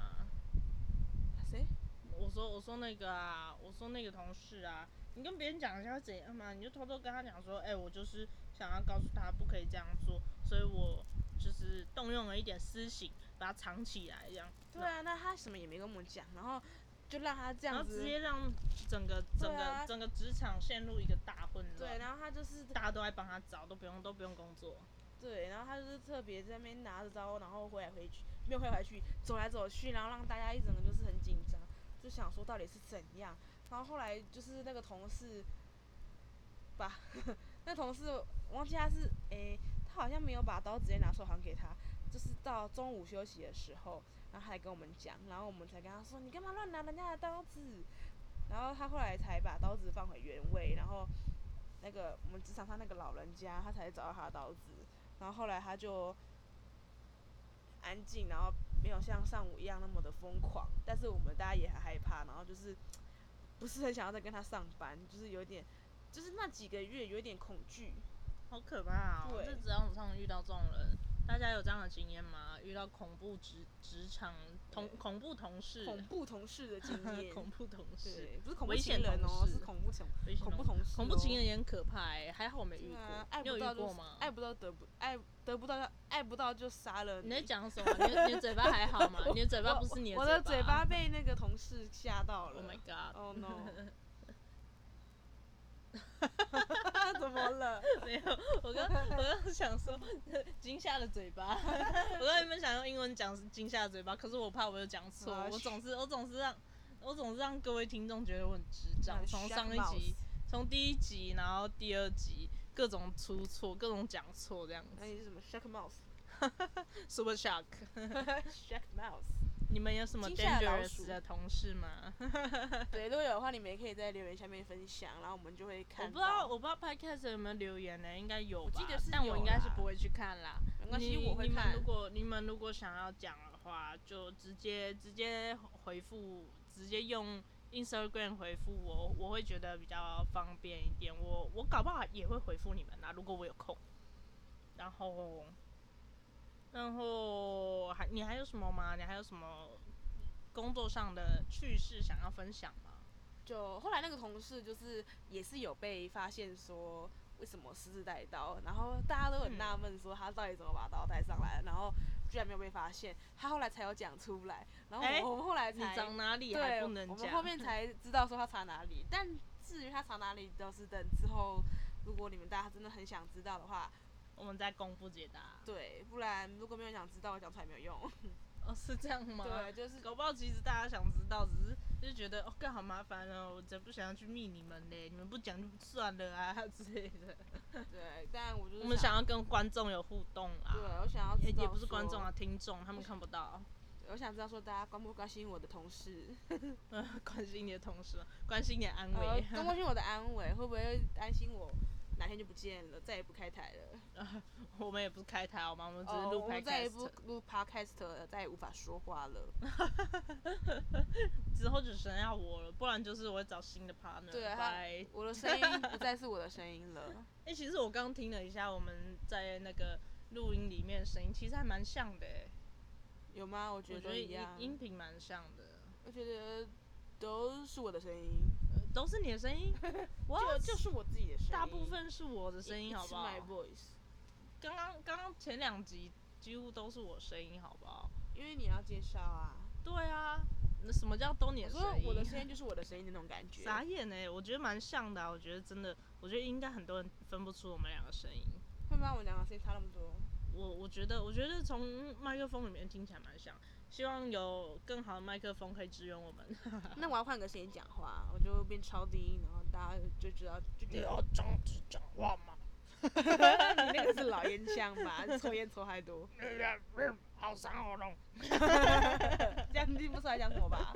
S2: 谁？
S1: 我说我说那个啊，我说那个同事啊，你跟别人讲一下怎样嘛，你就偷偷跟他讲说，哎、我就是想要告诉他不可以这样做，所以我就是动用了一点私刑，把它藏起来这样，
S2: 对啊，那他什么也没跟我们讲，然后就让他这
S1: 然后
S2: 样
S1: 直
S2: 子，
S1: 接让整个整个、
S2: 对啊
S1: 整个职场陷入一个大混
S2: 对，
S1: 乱，
S2: 然后他就是
S1: 大家都在帮他找，都不用都不用工作，
S2: 对，然后他就是特别在那边拿着刀，然后回来回去，没有回来回去，走来走去，然后让大家一整个就是很紧张，就想说到底是怎样。然后后来就是那个同事，把 那同事我忘记他是诶、他好像没有把刀直接拿出来还给他，就是到中午休息的时候，然后他来跟我们讲，然后我们才跟他说你干嘛乱拿人家的刀子，然后他后来才把刀子放回原位，然后那个我们职场上那个老人家他才找到他的刀子，然后后来他就安静，然后没有像上午一样那么的疯狂，但是我们大家也很害怕，然后就是不是很想要再跟他上班，就是有点，就是那几个月有点恐惧。
S1: 好可怕哦！
S2: 对
S1: 这职场上遇到这种人，大家有这样的经验吗？遇到恐怖职职场同
S2: 对
S1: 恐怖同事，
S2: 恐怖同事 的经验。
S1: 恐怖同事。
S2: 对，不是恐怖
S1: 危
S2: 情
S1: 险
S2: 人
S1: 同
S2: 哦，
S1: 事
S2: 是恐怖情
S1: 危险
S2: 恐怖
S1: 同
S2: 同事、哦
S1: 恐怖情人。也很可怕哎、还好我没遇
S2: 对
S1: 过。
S2: 啊，爱
S1: 你有
S2: 不
S1: 遇
S2: 到就
S1: 过
S2: 是
S1: 吗？
S2: 爱不到得不爱得不到，爱不到就杀了
S1: 你在讲什么？你的你的嘴巴还好 吗？你的嘴巴不是你
S2: 我
S1: 的
S2: 的嘴巴被那个同事吓到了。
S1: ？Oh my god！
S2: Oh no！怎么 了？
S1: 没有，我刚我刚想说惊吓的嘴巴，我刚原本想用英文讲惊吓的嘴巴，可是我怕我有讲错
S2: 啊，
S1: 我
S2: 嘘
S1: 总是我总是让我总是让各位听众觉得我很智障。从
S2: Shut
S1: 上一
S2: mouse
S1: 集，从第一集，然后第二集各种出错，各种讲错这样子。
S2: 那你是什么 shark mouse？shark
S1: Super shock！
S2: mouse。
S1: 你们有什么
S2: 惊吓老
S1: dangerous
S2: 鼠
S1: 的同事吗？
S2: 对，如果有的话，你们也可以在留言下面分享，然后我们就会看。
S1: 我不知道，我不知道 podcast 有没有留言呢、应该有吧，
S2: 我记得是
S1: 但
S2: 有
S1: 我应该是
S2: 啦
S1: 不会去看啦。
S2: 没关系
S1: 你
S2: 我会
S1: 你们
S2: 看
S1: 如果你们如果想要讲的话，就直接直接回复，直接用 Instagram 回复我，我会觉得比较方便一点。我我搞不好也会回复你们啦，啊如果我有空。然后，然后还你还有什么吗？你还有什么工作上的趣事想要分享吗？
S2: 就后来那个同事就是也是有被发现说为什么私自带刀，然后大家都很纳闷说他到底怎么把刀带上来，然后居然没有被发现，他后来才有讲出来，然后
S1: 哎
S2: 我我们后来
S1: 你
S2: 才
S1: 长哪里还
S2: 对，
S1: 不能讲？
S2: 我们后面才知道说他藏哪里，但至于他藏哪里，都是等之后，如果你们大家真的很想知道的话，
S1: 我们在公布解答。
S2: 对，不然如果没有想知道，我讲出来没有用。
S1: 哦，是这样吗？
S2: 对，，就是
S1: 搞不好其实大家想知道，只是就觉得哦，干好麻烦哦，我才不想要去密你们嘞，你们不讲就算了啊 之类的。
S2: 对，但我就是
S1: 我们想
S2: 想
S1: 要跟观众有互动
S2: 对，
S1: 啦，
S2: 我想要知
S1: 也
S2: 道
S1: 也不是观众
S2: 说
S1: 啊，，听众他们看不 到。
S2: 我想知道说大家关不关心我的同事，
S1: 呃，关心你的同事，关心你的安
S2: 呃
S1: 危，
S2: 关不关心我的安危，会不会担心我哪天就不见了，再也不开台了？
S1: 我们也不是开台好吗？我们只是
S2: 哦，
S1: 录
S2: 我
S1: 开
S2: 们再
S1: 台
S2: 也。不录 podcast 了，再也无法说话了。
S1: 之后就剩下我了，不然就是我会找新的 partner。
S2: 对，啊
S1: 拜
S2: 他我的声音不再是我的声音了。
S1: 哎、其实我刚听了一下我们在那个录音里面的声音，其实还蛮像的哎、
S2: 有吗？我觉
S1: 我
S2: 得
S1: 觉
S2: 都
S1: 得
S2: 一
S1: 音
S2: 样。
S1: 音频蛮像的，
S2: 我觉得都是我的声音，
S1: 呃都是你的声 音，
S2: 就就是我自己的声音，
S1: 大部分是我的声音，好不
S2: It's
S1: 好？
S2: ？My voice，
S1: 刚刚刚刚前两集几乎都是我声音，好不好？
S2: 因为你要介绍啊。
S1: 对啊，那什么叫都你
S2: 我
S1: 的
S2: 说
S1: 声音？
S2: 我的声音就是我的声音那种感觉。
S1: 傻眼哎、我觉得蛮像的、啊，我觉得真的，我觉得应该很多人分不出我们两个声音。
S2: 会吗？我们两个声音差那么 多？
S1: 我我觉得，我觉得从麦克风里面听起来蛮像，希望有更好的麦克风可以支援我们。
S2: 那我要换个声音讲话，我就变超低音，然后大家就知道就觉得哦，
S1: 这样子讲话吗？
S2: 你那个是老烟枪吧？抽烟抽太多，
S1: 好伤喉咙。
S2: 这样听不出来讲什么 吧？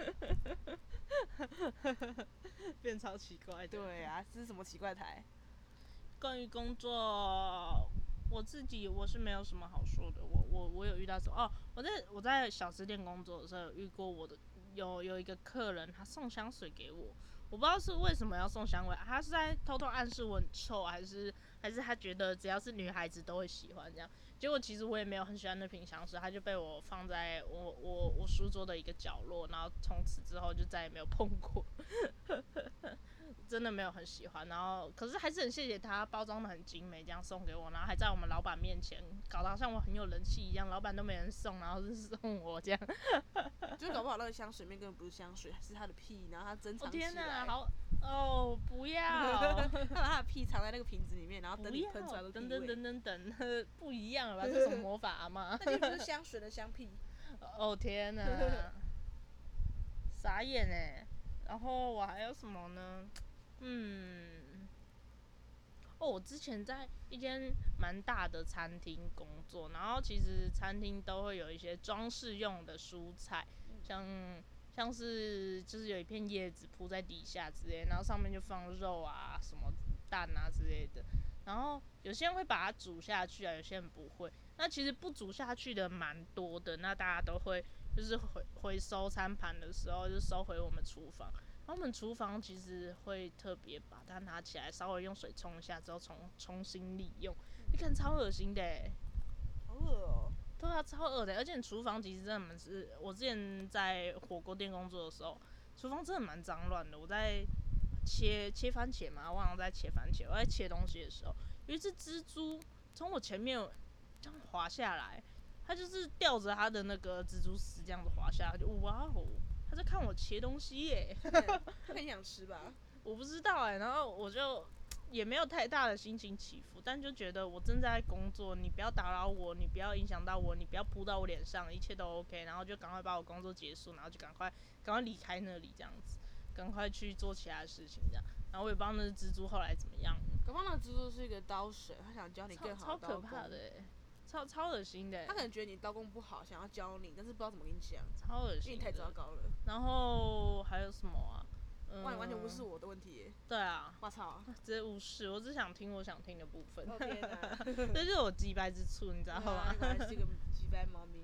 S1: 变超奇怪的。
S2: 对啊，这是什么奇怪台？
S1: 关于工作，我自己我是没有什么好说的。我我我有遇到什么？哦，我在我在小吃店工作的时候有遇过我的有有一个客人，他送香水给我，我不知道是为什么要送香味，他是在偷偷暗示我很臭，还是还是他觉得只要是女孩子都会喜欢这样？结果其实我也没有很喜欢那瓶香水，他就被我放在我我我书桌的一个角落，然后从此之后就再也没有碰过。真的没有很喜欢，然后可是还是很谢谢他包装的很精美，这样送给我，然后还在我们老板面前搞得好像我很有人气一样，老板都没人送，然后是送我这样。
S2: 就是搞不好那个香水面根本不是香水，是他的屁，然后他珍
S1: 我、
S2: 藏起来。，
S1: 天哪，好哦，不 要
S2: 他把他的屁藏在那个瓶子里面，然后等
S1: 不
S2: 你
S1: 要
S2: 喷出来，都是
S1: 等
S2: 屁
S1: 等
S2: 味
S1: 等等等， 不一样了吧？这什么魔法啊妈？
S2: 那就不是香水的香屁。
S1: 哦天哪，傻眼哎！然后我还有什么呢？嗯，哦，我之前在一间蛮大的餐厅工作，然后其实餐厅都会有一些装饰用的蔬菜，像像是就是有一片叶子铺在底下之类，然后上面就放肉啊、什么蛋啊之类的。然后有些人会把它煮下去啊，有些人不会。那其实不煮下去的蛮多的，那大家都会就是回回收餐盘的时候就收回我们厨房。然后我们厨房其实会特别把它拿起来，稍微用水冲一下之后重重新利用，你看超恶心的、欸。
S2: 好恶哦、
S1: 对啊，超恶的，而且厨房其实真的蛮是，我之前在火锅店工作的时候，厨房真的蛮脏乱的。我在切切番茄嘛，我好像在切番茄，我在切东西的时候，有一只蜘蛛从我前面这样滑下来，它就是吊着它的那个蜘蛛丝这样子滑下来，就哇哦，它在看我切东西耶，
S2: 他哦很想吃吧？
S1: 我不知道哎，然后我就。也没有太大的心情起伏，但就觉得我正在工作，你不要打扰我，你不要影响到我，你不要扑到我脸上，一切都 OK，然后就赶快把我工作结束，然后就赶快赶快离开那里，这样子，赶快去做其他的事情，这样。然后我也不知道那只蜘蛛后来怎么样，
S2: 搞不好那个蜘蛛是一个刀神，他想教你
S1: 超
S2: 更好
S1: 超
S2: 的
S1: 可
S2: 刀工。
S1: 怕的、欸，超超恶心的、欸
S2: 他可，能觉得你刀工不好，想要教你，但是不知道怎么跟你讲，
S1: 超恶
S2: 因为
S1: 心
S2: 你太糟
S1: 的。
S2: 糕了。
S1: 然后还有什么啊？嗯，
S2: 哇，你完全无视。我的问题耶！
S1: 对啊，
S2: 我操！
S1: 直接无视，我只想听我想听的部分，
S2: 哦 天哪！
S1: 这就是我鸡掰之处，你知道
S2: 对啊
S1: 吗
S2: 你？果然是一个鸡掰猫咪。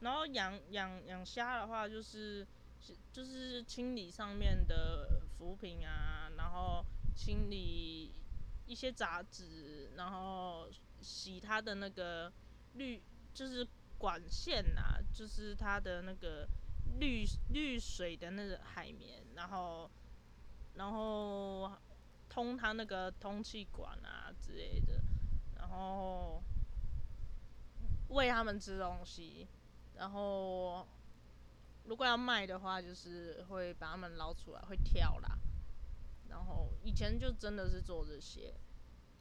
S1: 然后养养养虾的话，就是是就是清理上面的浮萍啊，然后清理一些杂质，然后洗它的那个滤，就是管线啊，就是它的那个滤滤水的那个海绵，然后然后通它那个通气管啊之类的，然后喂它们吃东西，然后如果要卖的话，就是会把它们捞出来，会挑啦。然后以前就真的是做这些，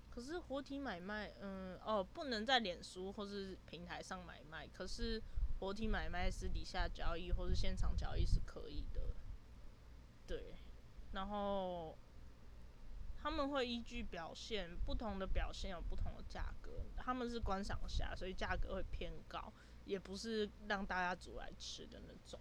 S1: 可是活体买卖，嗯，哦，不能在脸书或是平台上买卖，可是活体买卖私底下交易或是现场交易是可以的。对，然后他们会依据表现，不同的表现有不同的价格，他们是观赏虾，所以价格会偏高，也不是让大家煮来吃的那种。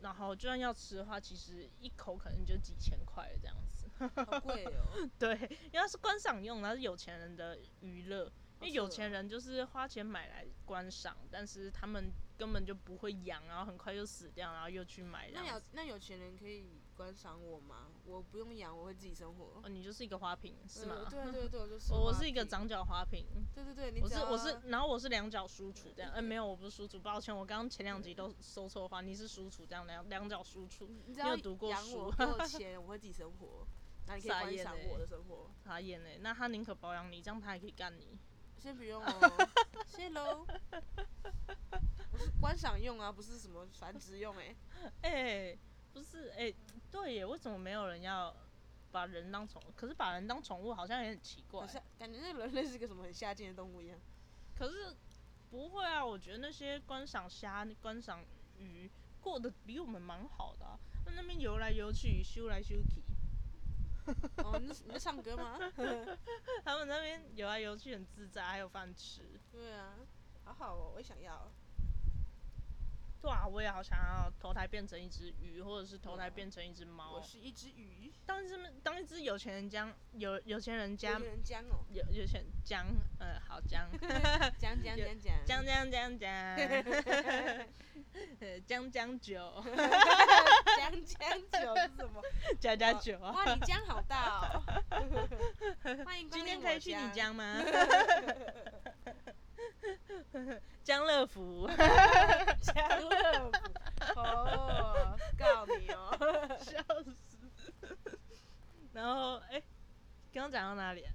S1: 然后就算要吃的话，其实一口可能就几千块这样子。
S2: 好贵哦！
S1: 对，因为它是观赏用，它是有钱人的娱乐。
S2: 哦
S1: 因为有钱
S2: 人
S1: 人就是花钱买来观赏，但是他们根本就不会养，然后很快就死掉，然后又去买这
S2: 那
S1: 样
S2: 有
S1: 子。
S2: 那有钱人可以观赏我吗？我不用养，我会自己生活。
S1: 哦，你就是一个花瓶是吗
S2: 呃？对对对，我就是
S1: 我我是
S2: 花
S1: 一个
S2: 瓶。
S1: 长角花瓶，
S2: 对对对，啊你
S1: 我
S2: 只
S1: 是我是
S2: 要，
S1: 然后我是两脚输出这样，哎、没有，我不是输出，抱歉，我刚刚前两集都说错话，你是输出这样，两两脚输出，
S2: 你只
S1: 你
S2: 要
S1: 有读过
S2: 养
S1: 书
S2: 我给我钱，我会自己生活。那你可以
S1: 傻
S2: 观
S1: 眼
S2: 赏
S1: 欸
S2: 我的生 活。
S1: 傻眼嘞，那他宁可 包养你，这样他还可以干你，
S2: 先不用哦，谢喽。我是观赏用啊，不是什么繁殖用 哎、
S1: 哎、不是哎、对耶，为什么没有人要把人当宠物？可是把人当宠物好像也很奇怪
S2: 好。像感觉那人类是个什么很下贱的动物一样。
S1: 可是不会啊，我觉得那些观赏虾、观赏鱼过得比我们蛮好的、啊，那那边游来游去、修来修去，
S2: 哦，你是你在唱歌吗？
S1: 他们那边游来游去很自在，还有饭吃。
S2: 对啊，好好哦，我也想要。
S1: 对啊，我也好想要投胎变成一只鱼，或者是投胎
S2: 嗯
S1: 变成一只猫
S2: 我。是一只鱼，
S1: 当一只当一只有钱人家有有钱人家
S2: 有个人江 哦，
S1: 有有钱江呃好江
S2: 江江江江
S1: 江江江江，呃江江酒
S2: 江江酒是什 么？
S1: 加加酒啊！
S2: 哇，你江好大 哦！ 欢迎光临
S1: 今天
S2: 我
S1: 可以去你
S2: 家，
S1: 家吗？江乐福，
S2: 江乐福哦，告你哦，
S1: 笑死。然后哎，刚刚讲到哪里啊？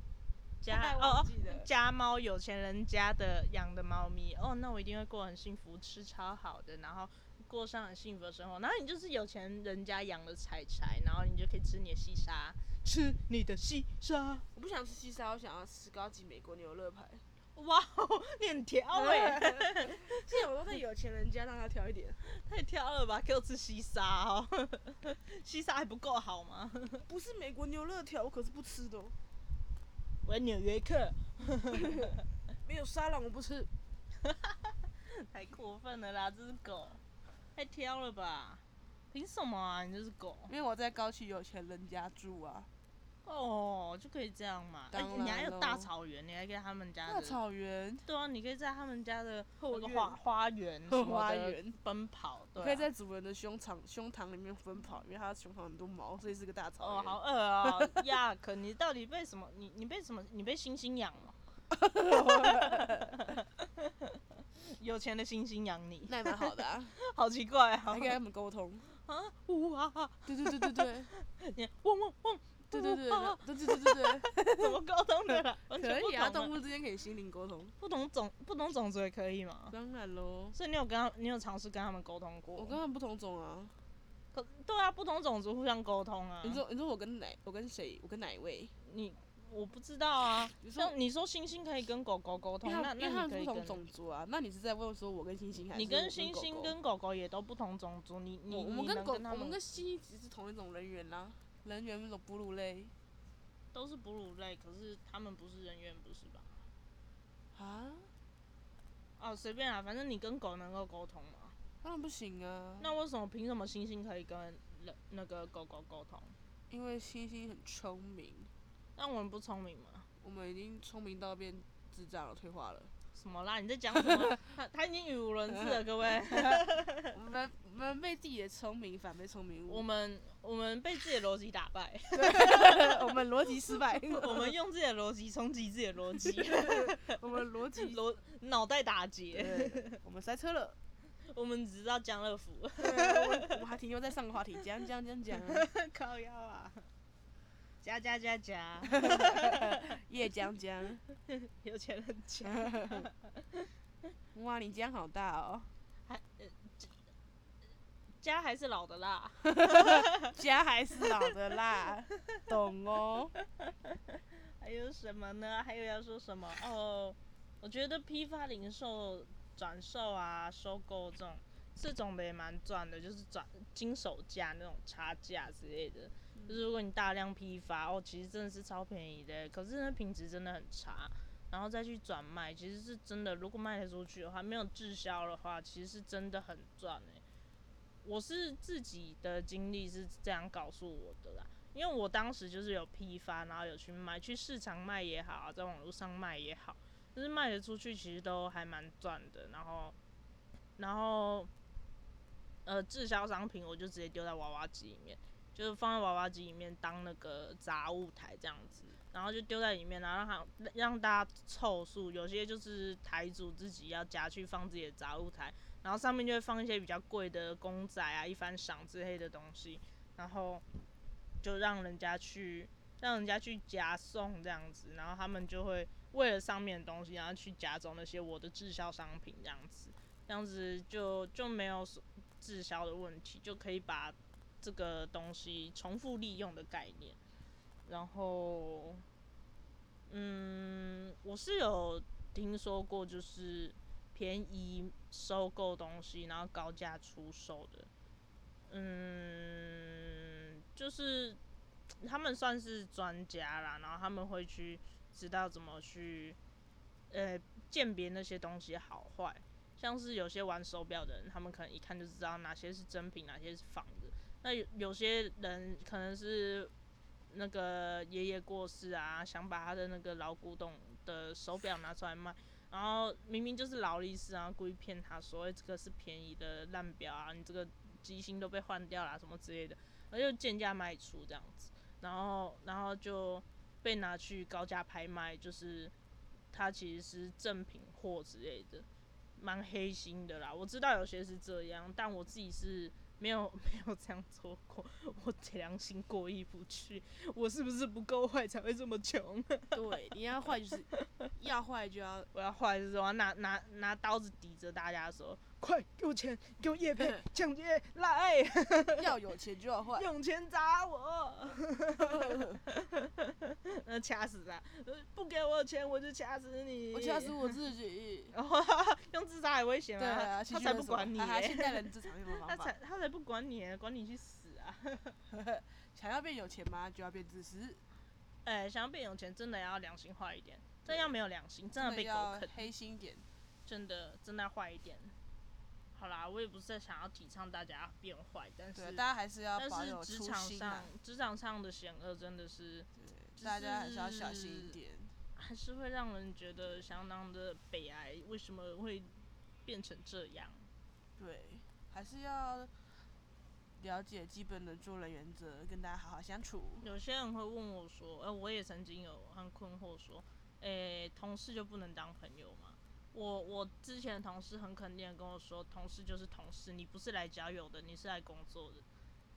S2: 大
S1: 家
S2: 概
S1: 哦
S2: 忘
S1: 哦，
S2: 记了。
S1: 家猫有钱人家的养的猫咪哦，那我一定会过很幸福，吃超好的，然后过上很幸福的生活。然后你就是有钱人家养的柴柴，然后你就可以吃你的细沙，吃你的细沙。
S2: 我不想吃西沙，我想要吃高级美国牛肋排。
S1: 哇哦，你很挑哎、
S2: 现在我都在有钱人家让他挑一点，
S1: 太挑了吧？给我吃西沙哦， 西沙还不够好吗？
S2: 不是美国牛肋条，我可是不吃的、哦，
S1: 我要纽约客，
S2: 没有沙朗我不吃。
S1: 太过分了啦！这只狗太挑了吧？凭什么啊？你这只狗
S2: 因为我在高级有钱人家住啊，
S1: 哦，就可以这样嘛？而
S2: 当
S1: 且你还
S2: 然
S1: 有大
S2: 咯
S1: 草原，你还可以他们家
S2: 大
S1: 的
S2: 草原
S1: 对啊，你可以在他们家的那
S2: 后
S1: 个
S2: 院
S1: 花花园什么
S2: 花
S1: 的
S2: 园
S1: 奔跑，对、
S2: 我
S1: 啊，
S2: 可以在主人的胸膛胸膛里面奔跑，因为它胸膛很多毛，所以是个大草
S1: 哦，
S2: 原。
S1: 好饿哦，呀，可你到底被什么？你你被什么？你被星星养哦了？ 有钱的星星养你，
S2: 那也蛮好的啊，
S1: 好奇怪
S2: 还
S1: 啊
S2: 可！以跟他们沟通。
S1: 啊，呜啊，
S2: 对对对对对
S1: 你汪汪汪，
S2: 对对对
S1: 哇
S2: 对对对对对，
S1: 怎么沟通的啦？ 完
S2: 可
S1: 全不
S2: 以啊，
S1: 懂
S2: 动
S1: 的，
S2: 物之间可以心灵沟通。
S1: 不同种不同种族也可以吗？
S2: 当然喽，
S1: 所以你有跟他，你有尝试跟他们沟通过？
S2: 我跟他们不同种啊。
S1: 可对啊，不同种族互相沟通啊。
S2: 你说你说我跟哪我跟谁我跟哪一位？
S1: 你我不知道啊。
S2: 你说
S1: 像你说猩猩可以跟狗狗沟
S2: 因
S1: 通，
S2: 为他
S1: 那
S2: 们
S1: 那
S2: 因为他
S1: 你
S2: 们
S1: 可
S2: 是
S1: 以
S2: 不同
S1: 跟
S2: 种族啊，那你是在问说我跟星星还是
S1: 你
S2: 我跟
S1: 猩猩
S2: 狗狗
S1: 跟狗狗也都不同种族，你你
S2: 我我
S1: 你
S2: 们
S1: 能
S2: 跟狗
S1: 他
S2: 我们
S1: 们
S2: 跟蜥蜴只是同一种人猿啦，人猿那种哺乳类
S1: 都是哺乳类，可是他们不是人猿，不是吧？
S2: 啊，
S1: 哦，随便啊，反正你跟狗能够沟通嘛。
S2: 当然不行啊。
S1: 那为什么凭什么猩猩可以跟人那个狗狗沟通？
S2: 因为星星很聪明，
S1: 那我们不聪明吗？
S2: 我们已经聪明到变智障了，退化 了。
S1: 什么啦？你在讲什 么？他他已经语无伦次了，各位。
S2: 我们我们被自己的聪明反被聪明误，
S1: 我们我们被自己的逻辑打败，
S2: 我们逻辑失败，
S1: 我们用自己的逻辑冲击自己的逻辑，
S2: 我们逻辑，
S1: 逻脑袋打结。
S2: 对我们塞车了。
S1: 我们只知道江乐福，
S2: 对我们我们还停留在上个话题，讲讲讲讲，
S1: 靠腰啊，加加加加，
S2: 夜讲讲，
S1: 有钱人家，
S2: 哇，你讲好大哦，
S1: 家还是老的辣，
S2: 家还是老的辣，懂哦。
S1: 还有什么呢？还有要说什么？哦，我觉得批发零售、转售啊、收购这种这种的也蛮赚的，就是转经手价那种差价之类的。就是如果你大量批发，哦，其实真的是超便宜的，欸可是那品质真的很差，然后再去转卖，其实是真的，如果卖得出去的话，没有滞销的话，其实是真的很赚诶、我是自己的经历是这样告诉我的啦，因为我当时就是有批发，然后有去卖，去市场卖也好啊，在网络上卖也好，就是卖得出去，其实都还蛮赚的。然后，然后，呃，滞销商品我就直接丢在娃娃机里面，就是放在娃娃机里面当那个杂物台这样子，然后就丢在里面，然后让它让大家凑数。有些就是台主自己要夹去放自己的杂物台，然后上面就会放一些比较贵的公仔啊、一番赏之类的东西，然后就让人家去让人家去夹送这样子，然后他们就会为了上面的东西，然后去夹走那些我的滞销商品这样子。这样子就就没有所滞销的问题，就可以把这个东西重复利用的概念。然后，嗯，我是有听说过，就是便宜收购东西，然后高价出售的。嗯，就是他们算是专家啦，然后他们会去知道怎么去，呃，鉴别那些东西好坏。像是有些玩手表的人，他们可能一看就知道哪些是真品，哪些是仿的。那有有些人可能是那个爷爷过世啊，想把他的那个老古董的手表拿出来卖，然后明明就是劳力士啊，故意骗他说、欸、这个是便宜的烂表啊，你这个机芯都被换掉啦、什么之类的，然后就贱价卖出这样子，然后然后就被拿去高价拍卖，就是它其实是正品货之类的，蛮黑心的啦。我知道有些是这样，但我自己是没有 没有这样做过，我良心过意不去，我是不是不够坏才会这么穷？
S2: 对，你要坏就是要坏就要
S1: 我要坏就是我 要拿拿拿刀子抵着大家说，嗯快给我钱，给我叶配抢劫来。
S2: 要有钱就要坏，
S1: 用钱砸我， 那掐死他！呃不给我钱我就掐死你，
S2: 我掐死，我自己。
S1: 然后用自杀来威胁
S2: 对
S1: 吗？
S2: 啊，
S1: 哦他才不管你、
S2: 啊
S1: 欸，
S2: 现代人职场用的
S1: 他
S2: 方
S1: 才
S2: 法，
S1: 他才不管你欸，管你去死啊！
S2: 想要变有钱吗？就要变自私，
S1: 哎、想要变有钱真的要良心坏一点，这
S2: 对
S1: 样没有良心，真的被狗
S2: 要
S1: 啃，
S2: 黑心一点。
S1: 真的真的要坏一点。好啦，我也不是想要提倡大家变坏，但
S2: 对啊，
S1: 是
S2: 大家还是要保有
S1: 但是职
S2: 初
S1: 场
S2: 心啊
S1: 上。职场上的险恶真的是
S2: 对
S1: 只
S2: 大家还是要小
S1: 是
S2: 心一点。
S1: 还是会让人觉得相当的悲哀，为什么会变成这样？
S2: 对，还是要了解基本的做人原则，跟大家好好相处。
S1: 有些人会问我说，呃，我也曾经有很困惑说，诶、同事就不能当朋友吗？我我之前的同事很肯定的跟我说，同事就是同事，你不是来交友的，你是来工作的。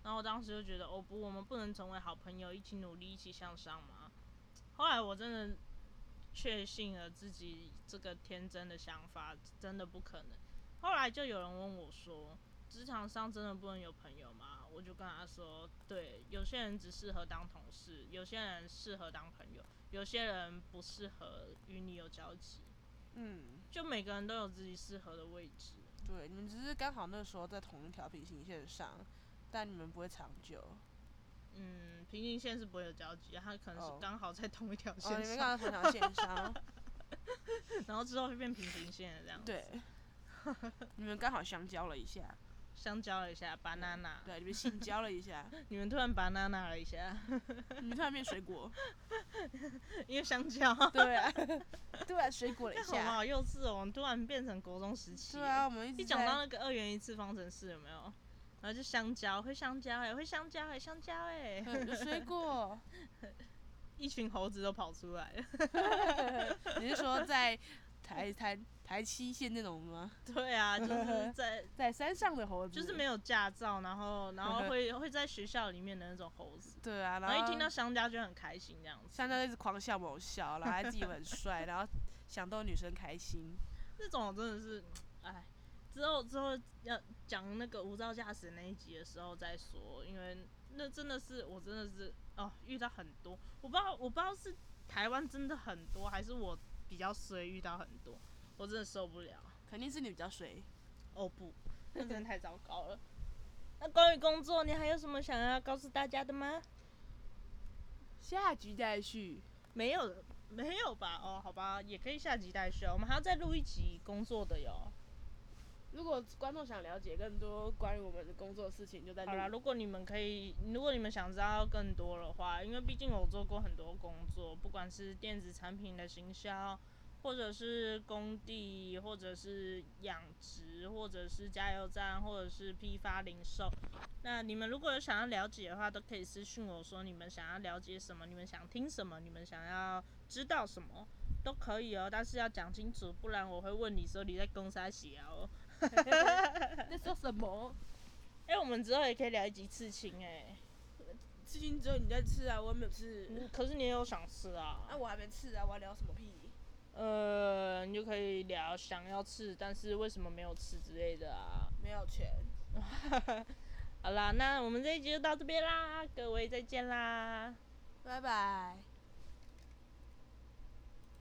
S1: 然后我当时就觉得，哦不，我们不能成为好朋友，一起努力，一起向上吗？后来我真的确信了自己这个天真的想法，真的不可能。后来就有人问我说：“职场上真的不能有朋友吗？”我就跟他说：“对，有些人只适合当同事，有些人适合当朋友，有些人不适合与你有交集。
S2: 嗯，
S1: 就每个人都有自己适合的位置。
S2: 对，你们只是刚好那时候在同一条平行线上，但你们不会长久。
S1: 嗯，平行线是不会有交集，他可能
S2: 哦
S1: 是刚好在同一条
S2: 哦，
S1: 线
S2: 你们
S1: 上，
S2: 刚好同一条 线上，
S1: 然后之后就变平行线了这样。，
S2: 对，你们刚好相交了一下，
S1: 相交了一下，banana，
S2: 对，你们性交了一下，
S1: 你们突然 banana 了一下，
S2: 你们突然变水果，
S1: 因为相交。
S2: 对啊，突然水果了一
S1: 那我们
S2: 下，
S1: 好幼稚哦，我们突然变成国中时期。
S2: 对啊，我们一直
S1: 一讲到那
S2: 在
S1: 个二元一次方程式有没有？然后就香蕉，会香蕉哎、会香蕉哎、香蕉哎、
S2: 嗯有水果，
S1: 一群猴子都跑出来了。
S2: 你是说在台台台七线那种吗？
S1: 对啊，就是在
S2: 在山上的猴子，
S1: 就是没有驾照，然后然后会会在学校里面的那种猴子，
S2: 对啊，
S1: 然后一听到香蕉就很开心这样子。
S2: 像他一直狂笑猛笑，然后还自己很 帅，然后想逗女生开心。
S1: 这种我真的是，哎，之后之后要讲那个无照驾驶那一集的时候再说，因为那真的是我真的是哦遇到很多，我不知道我不知道是台湾真的很多，还是我比较衰遇到很多，我真的受不了。
S2: 肯定是你比较水，
S1: 哦不，那真的太糟糕了。 那关于工作，你还有什么想要告诉大家的吗？
S2: 下集再续。
S1: 没有，没有吧？哦，好吧，也可以下集待续哦。我们还要再录一集工作的哟。
S2: 如果观众想了解更多关于我们的工作事情，就在
S1: 好啦，如果你们可以，如果你们想知道更多的话，因为毕竟我做过很多工作，不管是电子产品的行销，或者是工地，或者是养殖，或者是加油站，或者是批发零售。那你们如果有想要了解的话，都可以私信我说你们想要了解什么，你们想听什么，你们想要知道什么。都可以哦，但是要讲清楚，不然我会问你说你在公啥写哦。
S2: 在说什么？
S1: 哎、我们之后也可以聊一集刺青哎、
S2: 事情只有你在吃啊，我没有吃。
S1: 嗯嗯可是你也有想吃啊？
S2: 啊，我还没吃啊，我要聊什么屁？
S1: 呃，你就可以聊想要吃，但是为什么没有吃之类的啊。
S2: 没有钱，
S1: 好啦，那我们这一集就到这边啦，各位再见啦。
S2: 拜拜。